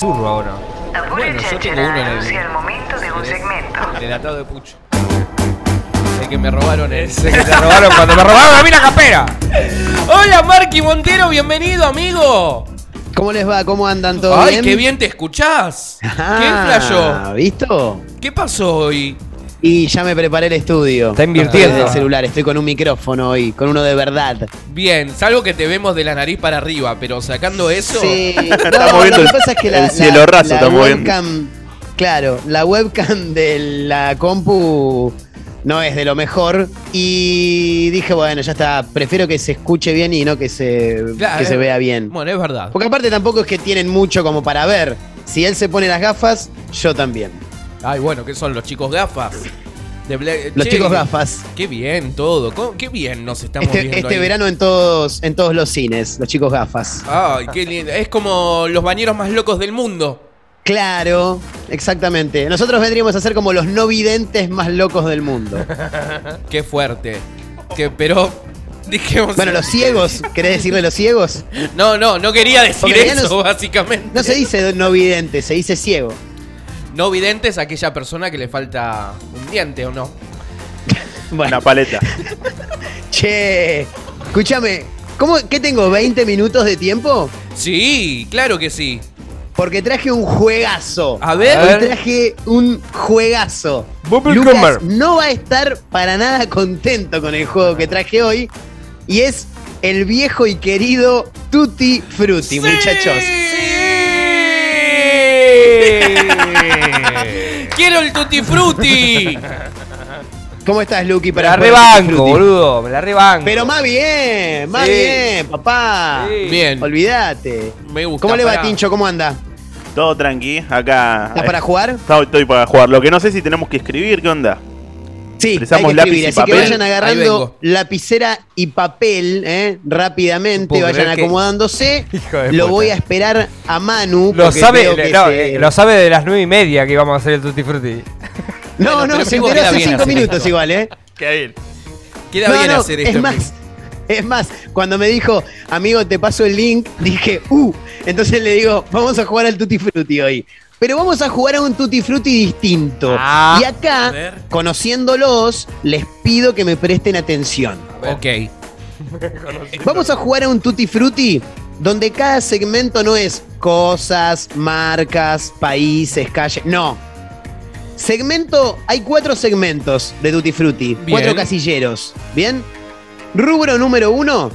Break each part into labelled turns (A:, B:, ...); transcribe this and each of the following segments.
A: Zurro ahora.
B: Apure
A: Bueno, yo tengo
B: Chachara
A: uno en el-
B: anuncia el momento de un segmento.
C: En el atado de Pucho. El que me robaron el
A: Sé que te robaron cuando me robaron a mí la campera.
C: Hola Marky Montero, bienvenido amigo.
D: ¿Cómo les va? ¿Cómo andan? ¿Todo
C: Ay,
D: bien?
C: qué bien te escuchás. ¿Qué
D: Ah,
C: flasho?
D: ¿Visto?
C: ¿Qué pasó hoy?
D: Y ya me preparé el estudio.
A: Está invirtiendo.
D: Desde el celular, estoy con un micrófono hoy, con uno de verdad.
C: Bien, salvo que te vemos de la nariz para arriba, pero sacando eso.
D: Sí,
E: Está moviendo
D: lo
E: el-
D: que pasa es que la,
E: el
D: la-
E: cielo raso
D: la
E: está moviendo.
D: webcam, claro, la webcam de la compu no es de lo mejor. Y dije, bueno, ya está, prefiero que se escuche bien y no que se,
C: Claro,
D: que se
C: eh.
D: vea bien.
C: Bueno, es verdad.
D: Porque aparte tampoco es que tienen mucho como para ver. Si él se pone las gafas, yo también.
C: Ay, bueno, ¿qué son los chicos gafas? De Bla-
D: Los
C: Che,
D: chicos gafas.
C: Qué bien todo. ¿Cómo- Qué bien nos estamos
D: Este,
C: viendo.
D: este
C: ahí.
D: verano en todos, en todos los cines, los chicos gafas.
C: Ay, qué lindo. Es como los bañeros más locos del mundo.
D: Claro, exactamente. Nosotros vendríamos a ser como los no videntes más locos del mundo.
C: Qué fuerte. Que, pero dijimos.
D: Bueno, los ciegos, ¿querés decirle los ciegos?
C: No, no, no quería decir
D: Porque ya
C: eso,
D: no-
C: básicamente.
D: No se dice no vidente, se dice ciego.
C: No vidente es aquella persona que le falta un diente o no.
D: Bueno,
E: Una paleta.
D: che, escúchame, ¿cómo, ¿qué tengo? ¿20 minutos de tiempo?
C: Sí, claro que sí.
D: Porque traje un juegazo.
C: A ver.
D: Hoy traje un juegazo.
A: Bubble
D: Lucas
A: Gummer.
D: no va a estar para nada contento con el juego que traje hoy. Y es el viejo y querido Tutti Frutti, muchachos.
C: Eh. ¡Sí! ¡Quiero el Tutti Frutti!
D: ¿Cómo estás, Luqui?
A: Me
D: Para
A: la
D: jugar al Tutti
A: rebanco,
D: Frutti?
A: boludo. Me la rebanco.
D: Pero más bien, más
A: Sí.
D: bien, papá.
A: Sí.
C: Bien,
D: Olvídate.
C: me gusta.
D: ¿Cómo le va,
C: pará.
D: Tincho? ¿Cómo anda?
E: Todo tranqui, acá.
D: ¿Estás para jugar?
E: Está- estoy para jugar. Lo que no sé si tenemos que escribir, ¿qué onda?
D: Sí, hay
E: Precisamos
D: que escribir,
E: lápiz y
D: así
E: papel.
D: que vayan
C: Ahí vengo.
D: agarrando lapicera y papel eh,
A: No
D: rápidamente,
A: puedo
D: vayan
A: creer que-
D: acomodándose.
A: Hijo de
D: Lo
A: puta.
D: voy a esperar a Manu.
A: Lo
D: porque
A: sabe,
D: creo que
A: le- no,
D: se-
A: eh, lo sabe de las nueve y media que íbamos a hacer el Tutti Frutti.
D: No, no,
C: pero
D: se
C: Pipo
D: enteró
C: queda
D: hace
C: bien
D: cinco
C: hacer
D: minutos
C: esto.
D: igual, ¿eh?
C: Queda
D: No,
C: bien
D: no,
C: hacer
D: es
C: esto.
D: más, es más, cuando me dijo, amigo, te paso el link, dije, uh, entonces le digo, vamos a jugar al Tutti Frutti hoy. Pero vamos a jugar a un Tutti Frutti distinto.
A: Ah,
D: y
C: a
D: acá,
C: ver.
D: conociéndolos, les pido que me presten atención.
C: Ok.
D: eh, Vamos a jugar a un Tutti Frutti donde cada segmento no es cosas, marcas, países, calles. No. Segmento, hay cuatro segmentos de Tutti Frutti, cuatro casilleros. ¿Bien? Rubro número uno.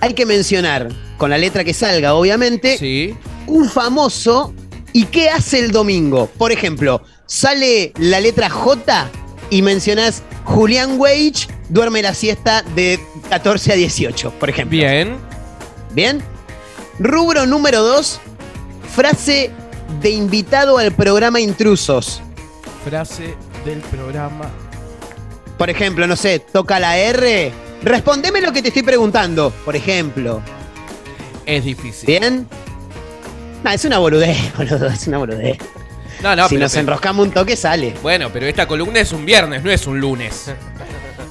D: Hay que mencionar, con la letra que salga, obviamente,
C: Sí.
D: un famoso y qué hace el domingo. Por ejemplo, sale la letra J y mencionás Julián Weich duerme la siesta de 14 a 18, por ejemplo.
C: Bien.
D: ¿Bien? Rubro número 2, frase de invitado al programa Intrusos.
C: Frase del programa.
D: Por ejemplo, no sé, toca la R. Respondeme lo que te estoy preguntando, por ejemplo.
C: Es difícil.
D: ¿Bien? No, es una boludez, boludo, es una boludez.
C: No, no,
D: si
C: pero-
D: nos enroscamos un toque, sale.
C: Bueno, pero esta columna es un viernes, no es un lunes.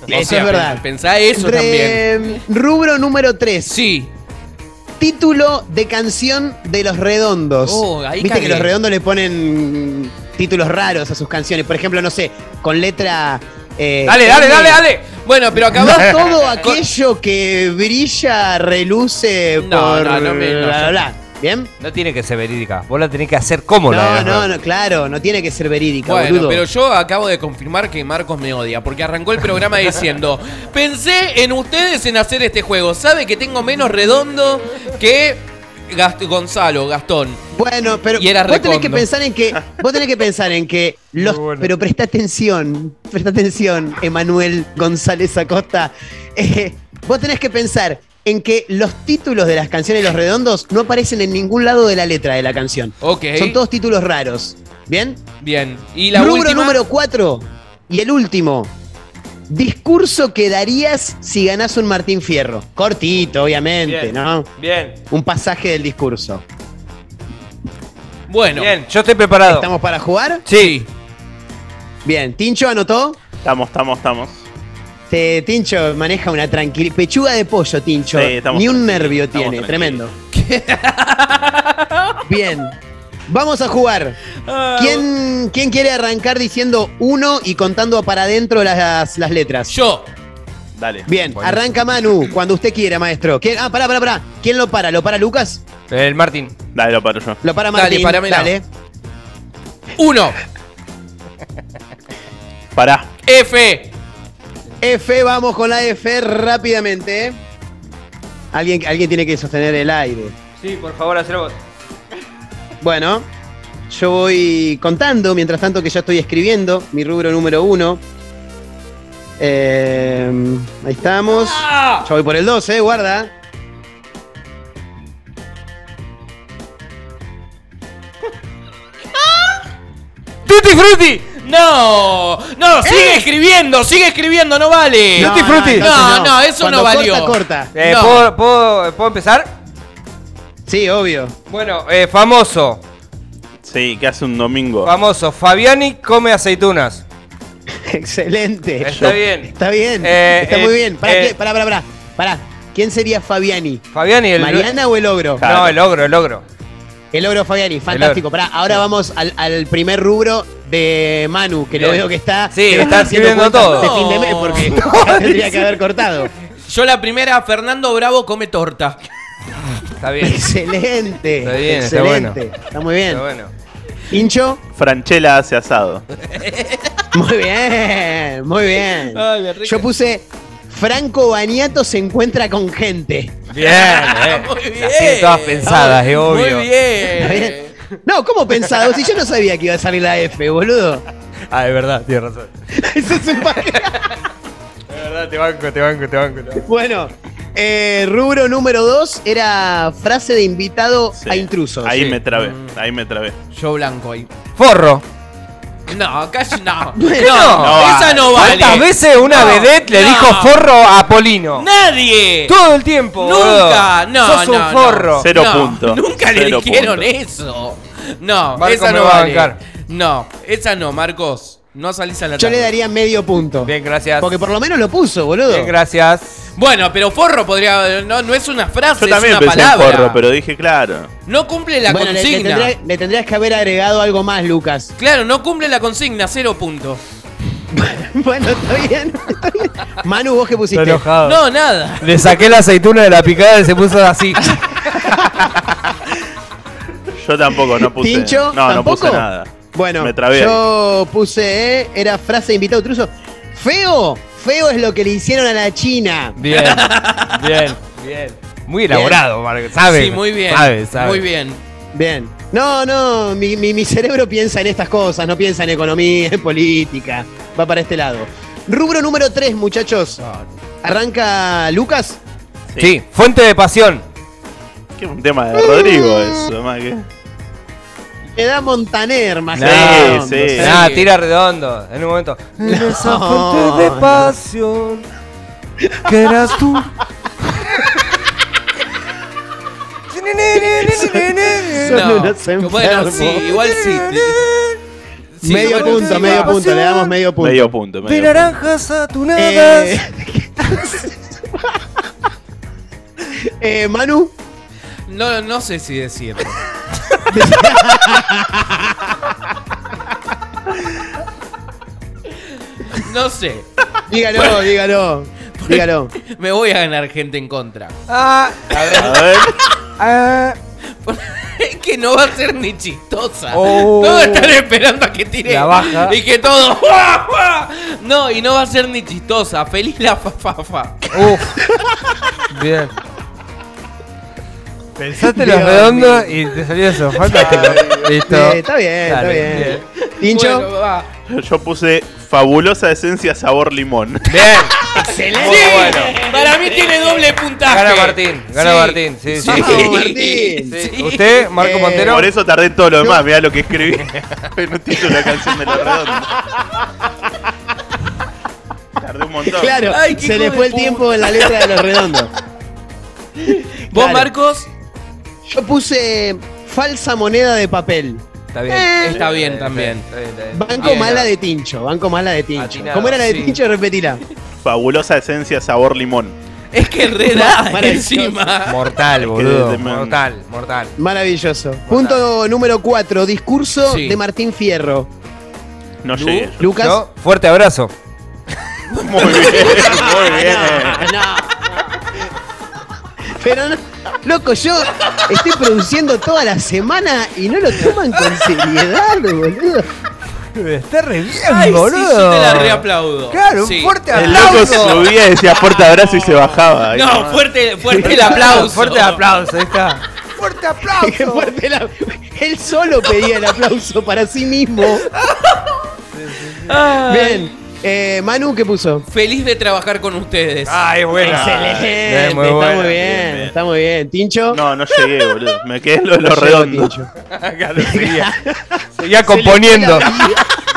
C: O
D: Eso
C: sea,
D: es verdad.
C: pen- Pensá eso también.
D: Re- Rubro número 3.
C: Sí.
D: Título de canción de los redondos.
C: Oh, ahí
D: Viste
C: cagué.
D: que los redondos le ponen títulos raros a sus canciones. Por ejemplo, no sé, con letra. eh,
C: Dale, dale,
D: M.
C: dale, dale. Bueno, pero
D: No
C: acabás.
D: todo aquello que brilla, reluce
C: No,
D: por.
C: no, no me- no, yo-
D: bla, bla, bla. ¿Bien?
A: No tiene que ser verídica. Vos la tenés que hacer cómoda.
D: No, no,
A: digamos.
D: no, claro, no tiene que ser verídica,
C: Bueno,
D: boludo.
C: pero yo acabo de confirmar que Marcos me odia, porque arrancó el programa diciendo, pensé en ustedes en hacer este juego, sabe que tengo menos redondo que Gast- Gonzalo, Gastón.
D: Bueno, pero
C: Y era
D: vos tenés
C: recondo.
D: que pensar en que vos tenés que pensar en que los
A: Muy bueno.
D: pero presta atención, presta atención, Emanuel González Acosta. Eh, vos tenés que pensar en que los títulos de las canciones de Los Redondos no aparecen en ningún lado de la letra de la canción.
C: Ok,
D: Son todos títulos raros. ¿Bien?
C: bien. Y la
D: Rubro
C: última...
D: número 4 y el último. Discurso que darías si ganás un Martín Fierro. Cortito, obviamente,
A: Bien.
D: ¿no?
A: Bien,
D: Un pasaje del discurso.
C: Oh. Bueno,
A: bien. Yo estoy preparado.
D: ¿Estamos para jugar?
C: sí.
D: Bien, Tincho anotó.
E: Estamos, estamos, estamos.
D: Te- Tincho maneja una tranquilidad. Pechuga de pollo, Tincho.
E: Sí, estamos
D: Ni un
E: tranquilos,
D: nervio
E: estamos
D: tiene,
E: tranquilos.
D: tremendo. Bien. Vamos a jugar. ¿Quién, quién quiere arrancar diciendo uno y contando para adentro las, las letras?
C: Yo.
E: Dale.
D: Bien, arranca Manu, cuando usted quiera, maestro. ¿Quién- Ah, pará, pará, pará. ¿Quién lo para? ¿Lo para Lucas?
A: El Martín.
E: Dale, lo paro yo.
D: Lo para
C: Dale,
D: Martín.
C: pará, mirá.
D: Dale.
C: Uno.
E: Pará.
C: F.
D: F, vamos con la F rápidamente. ¿eh? Alguien, alguien tiene que sostener el aire.
A: Sí, por favor, hacelo vos.
D: Bueno, yo voy contando, mientras tanto que ya estoy escribiendo, mi rubro número uno. Eh, ahí estamos.
C: Ah.
D: Yo voy por el 2, eh, guarda.
C: Tutti Frutti. No. No, sigue escribiendo, sigue escribiendo, Eh. no vale.
A: Tutti frutti.
D: entonces
C: No, no, eso
D: Cuando
C: no
D: corta,
C: valió.
D: corta.
A: Eh,
C: No.
A: ¿puedo, puedo, puedo empezar?
D: Sí, obvio.
A: Bueno, eh, famoso.
E: Sí, que hace un domingo.
A: Famoso. Fabiani come aceitunas.
D: Excelente.
A: Está bien.
D: Está bien.
A: Eh,
D: Está
A: eh,
D: muy bien. Pará,
A: eh.
D: ¿qué? pará, pará, pará. Pará. ¿Quién sería Fabiani?
A: Fabiani, el.
D: ¿Mariana o el ogro?
E: Ja.
A: No, el ogro, el ogro.
D: El ogro Fabiani, fantástico. Pará, ahora vamos al, al primer rubro de Manu, que lo
A: Bien.
D: veo que está.
A: Sí,
D: que le
A: está
D: haciendo
A: escribiendo
D: cuentas
A: todo.
D: De fin de mes, porque ya tendría que haber cortado.
C: Yo la primera, Fernando Bravo come torta.
A: Está bien.
D: Excelente.
A: Está bien, está
D: excelente.
A: bueno.
D: Está muy bien.
A: Está bueno.
D: Hincho,
E: Franchella hace asado.
D: muy bien, muy bien.
C: Ay, me rico.
D: Yo puse Franco Baniato se encuentra con gente.
A: Bien, eh.
C: Ah, Muy bien.
A: Las tiene todas pensadas, es obvio.
C: Muy
A: Eh.
D: ¿Está
C: bien.
D: bien? No, ¿cómo pensado? Si yo no sabía que iba a salir la F, boludo.
A: Ah, de verdad, tienes razón.
D: Eso es un paquete.
A: De verdad, te banco, te banco, te banco. te banco.
D: Bueno, eh, rubro número 2 era frase de invitado
E: Sí.
D: a intrusos.
E: Ahí
A: sí.
E: me trabé.
C: Mm.
E: Ahí me trabé.
C: Yo blanco ahí.
A: Forro.
C: No, casi no. No,
D: Bueno,
E: no
C: esa
E: vale.
C: no vale.
A: ¿Cuántas veces una
C: No,
A: vedette le
C: no.
A: dijo forro a Polino?
C: Nadie.
A: Todo el tiempo.
C: Nunca.
A: boludo.
C: No,
A: Sos un
C: no, no.
A: forro.
E: Sí. Cero
C: No,
E: punto.
C: Nunca le
E: Cero
C: dijeron
E: punto.
C: eso. No,
A: Marcos
C: esa
A: me
C: no
A: va a
C: vale.
A: bancar.
C: No, esa no, Marcos. No salís a la
D: Yo
C: tarde.
D: le daría medio punto.
A: Bien, gracias.
D: Porque por lo menos lo puso, boludo.
A: Bien, gracias.
C: Bueno, pero forro podría. No, no es una frase,
E: Yo también
C: es una
E: pensé
C: palabra.
E: en forro, pero dije, claro.
C: No cumple la
D: Bueno, le, le
C: consigna.
D: tendría- le tendrías que haber agregado algo más, Lucas.
C: Claro, no cumple la consigna, cero punto.
D: bueno, está bien. está bien. Manu, ¿vos qué pusiste?
C: No, nada.
A: Le saqué la aceituna de la picada y se puso así.
E: Yo tampoco, no puse.
D: ¿Tincho?
E: No, no
D: ¿Tampoco?
E: puse nada.
D: Bueno,
E: Me trabé
D: yo puse, eh, era frase de invitado intruso. Feo, feo es lo que le hicieron a la China.
A: Bien, bien, bien. Muy elaborado, Marco. ¿Sabe?
C: Sí, muy bien.
A: Sabe, sabe.
C: Muy bien.
D: Bien. No, no, mi, mi- mi cerebro piensa en estas cosas, no piensa en economía, en política. Va para este lado. Rubro número 3, muchachos. Arranca Lucas.
A: Sí. Sí, fuente de pasión.
E: Que es un tema de Rodrigo eso, más que.
D: Me da Montaner, más
E: Sí,
D: redondo,
E: sí.
D: ¿sabes?
A: Nada, Ah, tira redondo. En un momento. En esa fuente de
D: no.
A: pasión. Que eras tú.
D: Son
C: No.
D: unos enfermos.
C: Bueno, sí, igual sí. Sí,
D: medio
C: bueno,
D: punto,
C: sí,
D: medio
C: va.
D: punto, le damos medio punto.
E: Medio punto,
A: De
E: medio punto.
A: naranjas atunadas.
D: Eh, Eh, Manu,
C: No, no sé si decir. no sé.
D: dígalo, dígalo. Dígalo.
C: Me voy a ganar gente en contra.
A: Ah, a ver,
E: A ver.
A: ah,
C: Es que no va a ser ni chistosa.
A: Oh.
C: Todos están esperando a que tire.
A: La baja.
C: Y que todo. ¡guau, guau! No, y no va a ser ni chistosa. Feliz la fa, fa, fa.
A: uf. Bien. Pensaste los
D: Dios
A: redondos y te salió eso. Fantástico. Listo.
D: Eh, está bien,
A: Dale,
D: está bien. Hincho,
C: Bueno, va.
E: Yo puse fabulosa esencia sabor limón.
A: Bien.
D: excelente.
A: Muy Ah, bueno.
C: Para mí tiene doble puntaje.
A: Gana Martín. Gana
C: Sí.
A: Martín. Sí, sí.
D: Vamos, Martín.
A: Sí.
C: Sí.
A: Usted, Marco
D: Eh,
A: Montero.
E: Por eso tardé en todo lo demás, mirá lo que escribí. en un título de canción de los redondos. Tardé un montón.
D: Claro,
C: Ay, qué
D: se
C: hijo
D: le
C: de
D: fue el
C: puta.
D: tiempo en la letra de los redondos.
C: Vos,
D: Claro.
C: Marcos,
D: Yo puse eh, falsa moneda de papel.
A: Está bien.
D: Eh.
C: Está bien también.
A: Está bien, está bien.
D: Banco
C: Bien.
D: mala de tincho, banco mala de tincho.
A: Atinado,
D: ¿Cómo era la de
A: sí.
D: tincho? Repetila.
E: Fabulosa esencia sabor limón.
C: Es que enreda
D: Maravilloso.
C: encima.
A: Mortal,
E: de-
A: boludo.
E: de-
A: Mortal, mortal.
D: Maravilloso. Punto número 4, discurso
C: Sí.
D: de Martín Fierro.
E: No llegué. yo.
D: Lucas.
A: Yo, fuerte abrazo.
E: Muy bien, muy bien.
D: Pero no, loco, yo estoy produciendo toda la semana y no lo toman con seriedad, boludo.
A: Está re bien,
C: Ay, sí, yo
A: boludo.
C: te la reaplaudo.
A: Claro, un
C: Sí.
A: fuerte
E: El loco
A: aplauso.
E: subía, decía fuerte abrazo y se bajaba.
C: No, fuerte, fuerte el aplauso.
A: Fuerte aplauso, ahí está. Fuerte
D: Qué
A: aplauso.
D: fuerte el apl- Él solo pedía el aplauso para sí mismo.
C: Ay.
D: Bien. Eh, Manu, ¿qué puso?
C: Feliz de trabajar con ustedes.
A: Ay, bueno.
D: Excelente,
A: Ah, muy
D: está
A: buena.
D: muy bien,
E: Bien, bien.
D: está muy bien. ¿Tincho?
E: No, no llegué, boludo. Me quedé en lo de los
D: Llegó
E: redondos.
D: Tincho.
A: Seguía, seguía componiendo.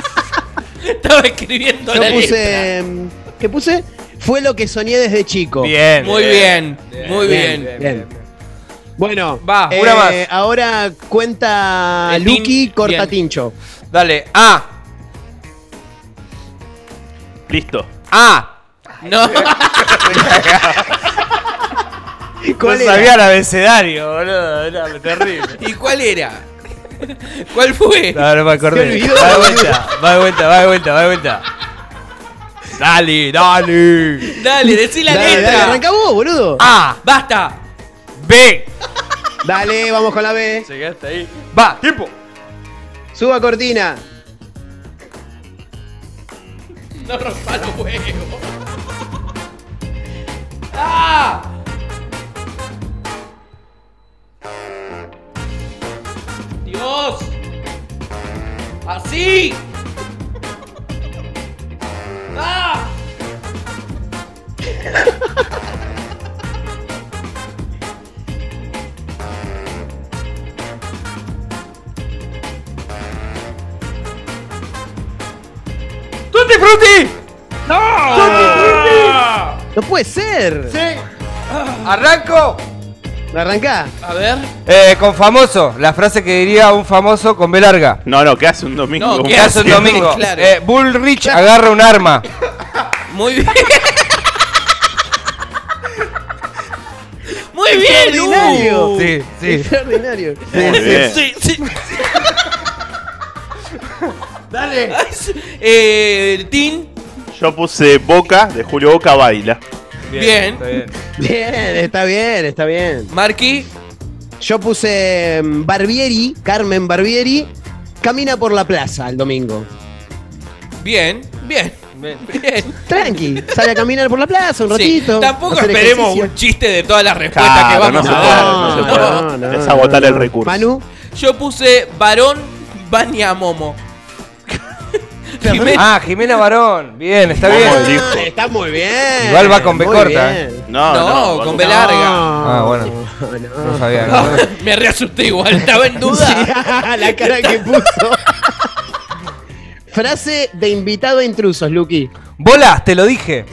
C: Estaba escribiendo la
D: Yo
C: letra.
D: puse. em, ¿Qué puse? Fue lo que soñé desde chico.
A: Bien.
C: Muy bien, muy bien.
D: bien, bien. Bueno,
C: Va,
D: eh,
A: una más.
D: Ahora cuenta
C: El tin-
D: Lucky, corta
C: bien.
D: Tincho.
A: Dale. A.
E: Listo.
A: A.
C: No,
A: No
D: ¿Cuál era?
A: sabía el abecedario, boludo. Era terrible.
C: ¿y cuál era? ¿Cuál fue?
A: No, no me acordé.
D: Se olvidó.
A: Va de vuelta, va de vuelta, va de vuelta, va de vuelta. Dale, dale.
C: Dale, decí la
D: Dale,
C: letra.
D: dale, arranca vos, boludo.
A: A.
C: Basta.
A: B.
D: Dale, vamos con la B.
A: Llegaste ahí. Va, tiempo.
D: Suba cortina.
C: No rompa los huevos. ¡Ah! ¡Dios! ¡Así! ¡Ah!
A: ¡Tutti frutti!
D: No puede ser.
A: Sí. Arranco.
D: Arrancá.
C: A ver.
A: Eh, con famoso. La frase que diría un famoso con B larga.
E: No, no, ¿qué hace un domingo?
C: No, ¿qué
A: ¿Qué hace un domingo?
C: Claro.
A: Eh, Bullrich agarra un arma.
C: Muy bien. Muy bien, Lu.
D: Extraordinario.
A: Sí, sí.
D: Extraordinario.
E: Muy bien.
C: Sí, sí. Dale. Eh, Tin.
E: Yo puse Boca, de Julio Boca baila.
C: Bien.
A: está bien.
D: Bien, está bien, está bien.
C: Marqui.
D: Yo puse mm, Barbieri, Carmen Barbieri, camina por la plaza el domingo.
C: Bien, bien. Bien.
D: Tranqui, sale a caminar por la plaza un
C: Sí,
D: ratito.
C: Tampoco
D: hacer
C: esperemos
D: ejercicio.
C: un chiste de todas las respuestas que
E: Claro,
C: vamos
E: no
C: a
E: se
C: dar.
E: puede, no se puede.
C: No.
E: Es agotar el recurso.
D: Manu,
C: Yo puse varón Baniamomo. Jimena-
A: Ah, Jimena Barón. Bien, está
E: Vamos,
A: bien.
E: Liz.
D: Ah, está muy bien.
A: Igual va con B
D: Muy
A: corta, eh.
D: bien.
E: No,
C: No,
E: no,
C: con
E: boludo.
C: Bel- larga.
D: No,
A: Ah, bueno.
D: no.
A: No sabía. ¿no?
C: Me reasusté igual, estaba en duda.
D: Sí, la cara que puso. Frase de invitado a intrusos, Luqui.
A: Bola, te lo dije.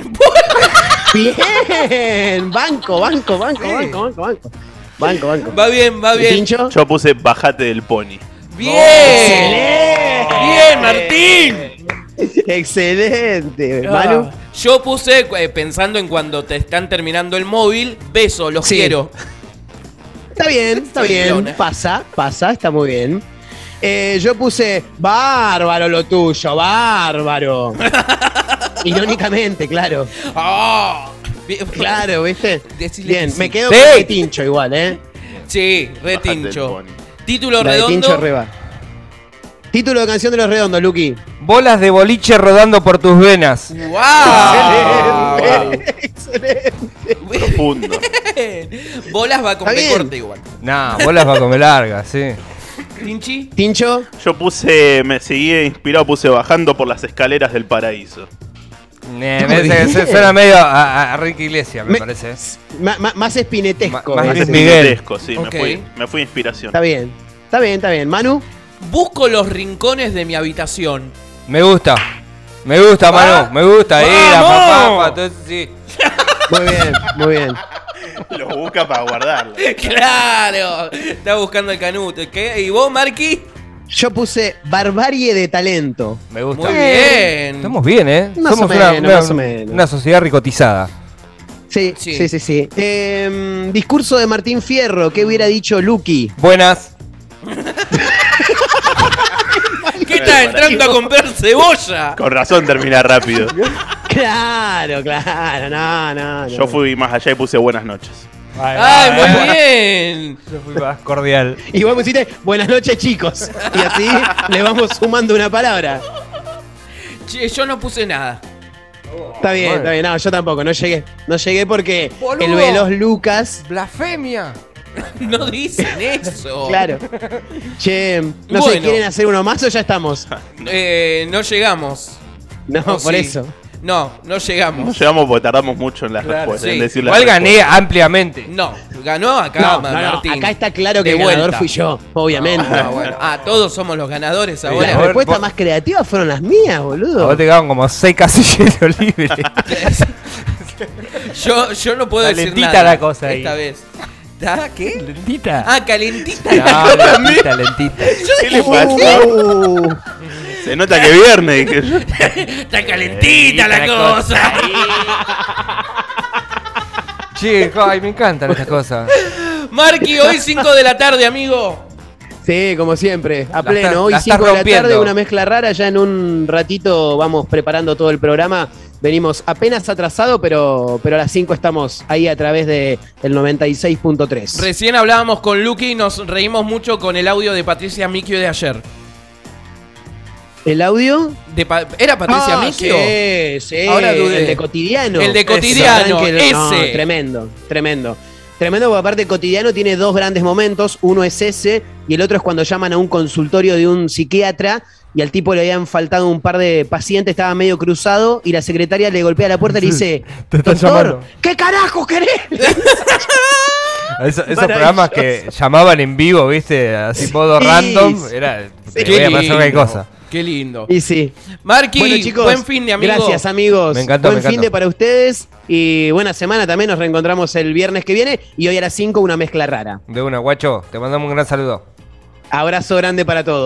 D: Bien. Banco, banco, banco, banco, banco, banco. Banco, banco.
C: Va bien, va bien.
D: ¿Tincho?
E: Yo puse Bajate del Pony.
D: Oh,
C: Bien. Bien, Martín.
D: Excelente. Eh, Manu.
C: Ah, Yo puse, eh, pensando en cuando te están terminando el móvil, beso, los
D: Sí.
C: quiero.
D: Está bien, está
C: Soy
D: bien.
C: Leona.
D: Pasa, pasa, está muy bien. Eh, yo puse bárbaro lo tuyo, bárbaro. Irónicamente, claro.
C: Ah, bien.
D: Claro, ¿viste?
C: Decile que
D: Bien,
C: sí.
D: me quedo
A: Sí.
D: con el tincho igual, ¿eh?
C: Sí,
E: Bajate del
C: retincho.
E: Pony.
C: Título
D: La de tincho
C: redondo.
D: arriba. Título de canción de los redondos, Luqui.
A: Bolas de boliche rodando por tus venas. Ah,
C: ¡Wow!
E: Profundo.
C: Bolas va con
D: Está
C: B
D: bien.
C: corte igual.
A: Nah, bolas va a comer larga, sí.
C: Tinchi.
D: Tincho,
E: Yo puse, me seguí inspirado, puse Bajando por las escaleras del paraíso.
A: Eh, Me
D: Muy
A: parece que se-
D: bien.
A: suena medio a, a- a Ricky Iglesias, me,
D: Me-
A: parece. ¿eh?
D: ma- ma- más espinetesco.
A: Ma- más
E: Más
D: ese.
A: espin- Miguel.
E: espinotesco, sí,
C: Ok.
E: me fui, me fui inspiración.
D: Está bien, está bien, está bien. Manu,
C: Busco los rincones de mi habitación.
A: Me gusta. Me gusta,
C: ¿Va?
A: Manu. Me gusta. Ahí, la
C: ¡Vamos!
A: papapa, todo eso, sí.
D: muy bien, muy bien.
E: Lo busca para guardarlo.
C: ¡Claro! Está buscando el canuto. ¿Qué? ¿Y vos, Marqui?
D: Yo puse barbarie de talento.
A: Me gusta.
C: Muy bien.
A: Estamos bien, ¿eh?
D: Más o
A: Somos una,
D: menos,
A: una-
D: más o menos.
A: una sociedad ricotizada.
D: Sí,
C: Sí.
D: sí, sí, sí. Em, discurso de Martín Fierro, ¿qué hubiera dicho Lucky?
A: Buenas.
C: ¿Qué está entrando a comprar cebolla?
E: Con razón termina rápido.
D: Claro, claro, no, no. no.
E: Yo fui más allá y puse buenas noches.
C: Ay, muy bien.
A: Yo fui más cordial.
D: Y vos pusiste, buenas noches chicos. Y así le vamos sumando una palabra.
C: Che, yo no puse nada.
D: Está bien, está bien. No, yo tampoco, no llegué. No llegué porque
F: Boludo.
D: el veloz Lucas.
F: Blasfemia.
C: No dicen eso.
D: Claro. Che, no sé,
C: Oh. Bueno.
D: ¿quieren hacer uno más o ya estamos?
C: Eh, no llegamos.
D: No,
C: ¿O
D: por
C: Oh, sí?
D: eso.
C: No, no
E: No
C: llegamos.
E: llegamos porque tardamos mucho en las
F: Claro,
E: respuestas.
C: sí.
E: En decir las
A: Igual gané
E: respuestas.
A: ampliamente.
C: No, ganó acá
D: No, no, no,
C: Martín.
D: acá está claro que
C: De
D: el ganador
C: vuelta.
D: fui yo, obviamente.
C: Ah, bueno. Ah, todos somos los ganadores
D: Las
A: Ahora,
C: ahora.
D: respuestas
A: vos-
D: más creativas fueron las mías,
A: A
D: boludo.
A: vos te quedaron como seis casilleros libres.
C: Yo, yo no puedo decir
A: Calentita
C: nada.
A: la cosa ahí.
C: Esta vez. ¿Ah, qué?
A: ¿Lentita?
C: Ah, calentita.
A: No, lentita, lentita.
E: ¿Qué le pasó?
D: Uh,
E: Se nota que viernes. que yo-
C: Está calentita la
A: la
C: cosa.
F: Che, ay, me encantan estas cosas.
C: Marqui, hoy 5 de la tarde, amigo.
D: sí, como siempre, a
F: La estás-
D: pleno. Hoy
F: la estás
D: 5 de la
F: rompiendo.
D: tarde, una mezcla rara. Ya en un ratito vamos preparando todo el programa. Venimos apenas atrasado, pero, pero a las 5 estamos ahí a través de- del 96.3.
C: Recién hablábamos con Lucky y nos reímos mucho con el audio de Patricia Miquio de ayer.
D: ¿El audio?
C: De pa- ¿Era Patricia
D: Ah,
C: Miquio?
D: Sí, sí.
C: Ahora dudé.
D: El de cotidiano.
C: El de
D: Ese.
C: cotidiano,
D: Arranque- no,
C: ese.
D: tremendo, tremendo. Tremendo porque aparte cotidiano tiene dos grandes momentos. Uno es ese y el otro es cuando llaman a un consultorio de un psiquiatra y al tipo le habían faltado un par de pacientes, estaba medio cruzado y la secretaria le golpea la puerta y le dice,
A: te están
D: "Doctor,
A: llamando".
D: ¿qué carajo querés?
A: Eso- esos programas que llamaban en vivo, viste, así modo
D: Sí,
A: random,
D: sí.
A: era. Te voy a pasar cualquier cosa.
C: Qué lindo.
D: Y sí.
C: Marqui,
D: bueno, chicos,
C: buen fin de amigo.
D: Gracias, amigos.
A: Me encantó,
D: buen
A: me encantó.
D: fin de para ustedes y buena semana también. Nos reencontramos el viernes que viene y hoy a las 5 una mezcla rara.
A: De una, guacho, te mandamos un gran saludo.
D: Abrazo grande para todos.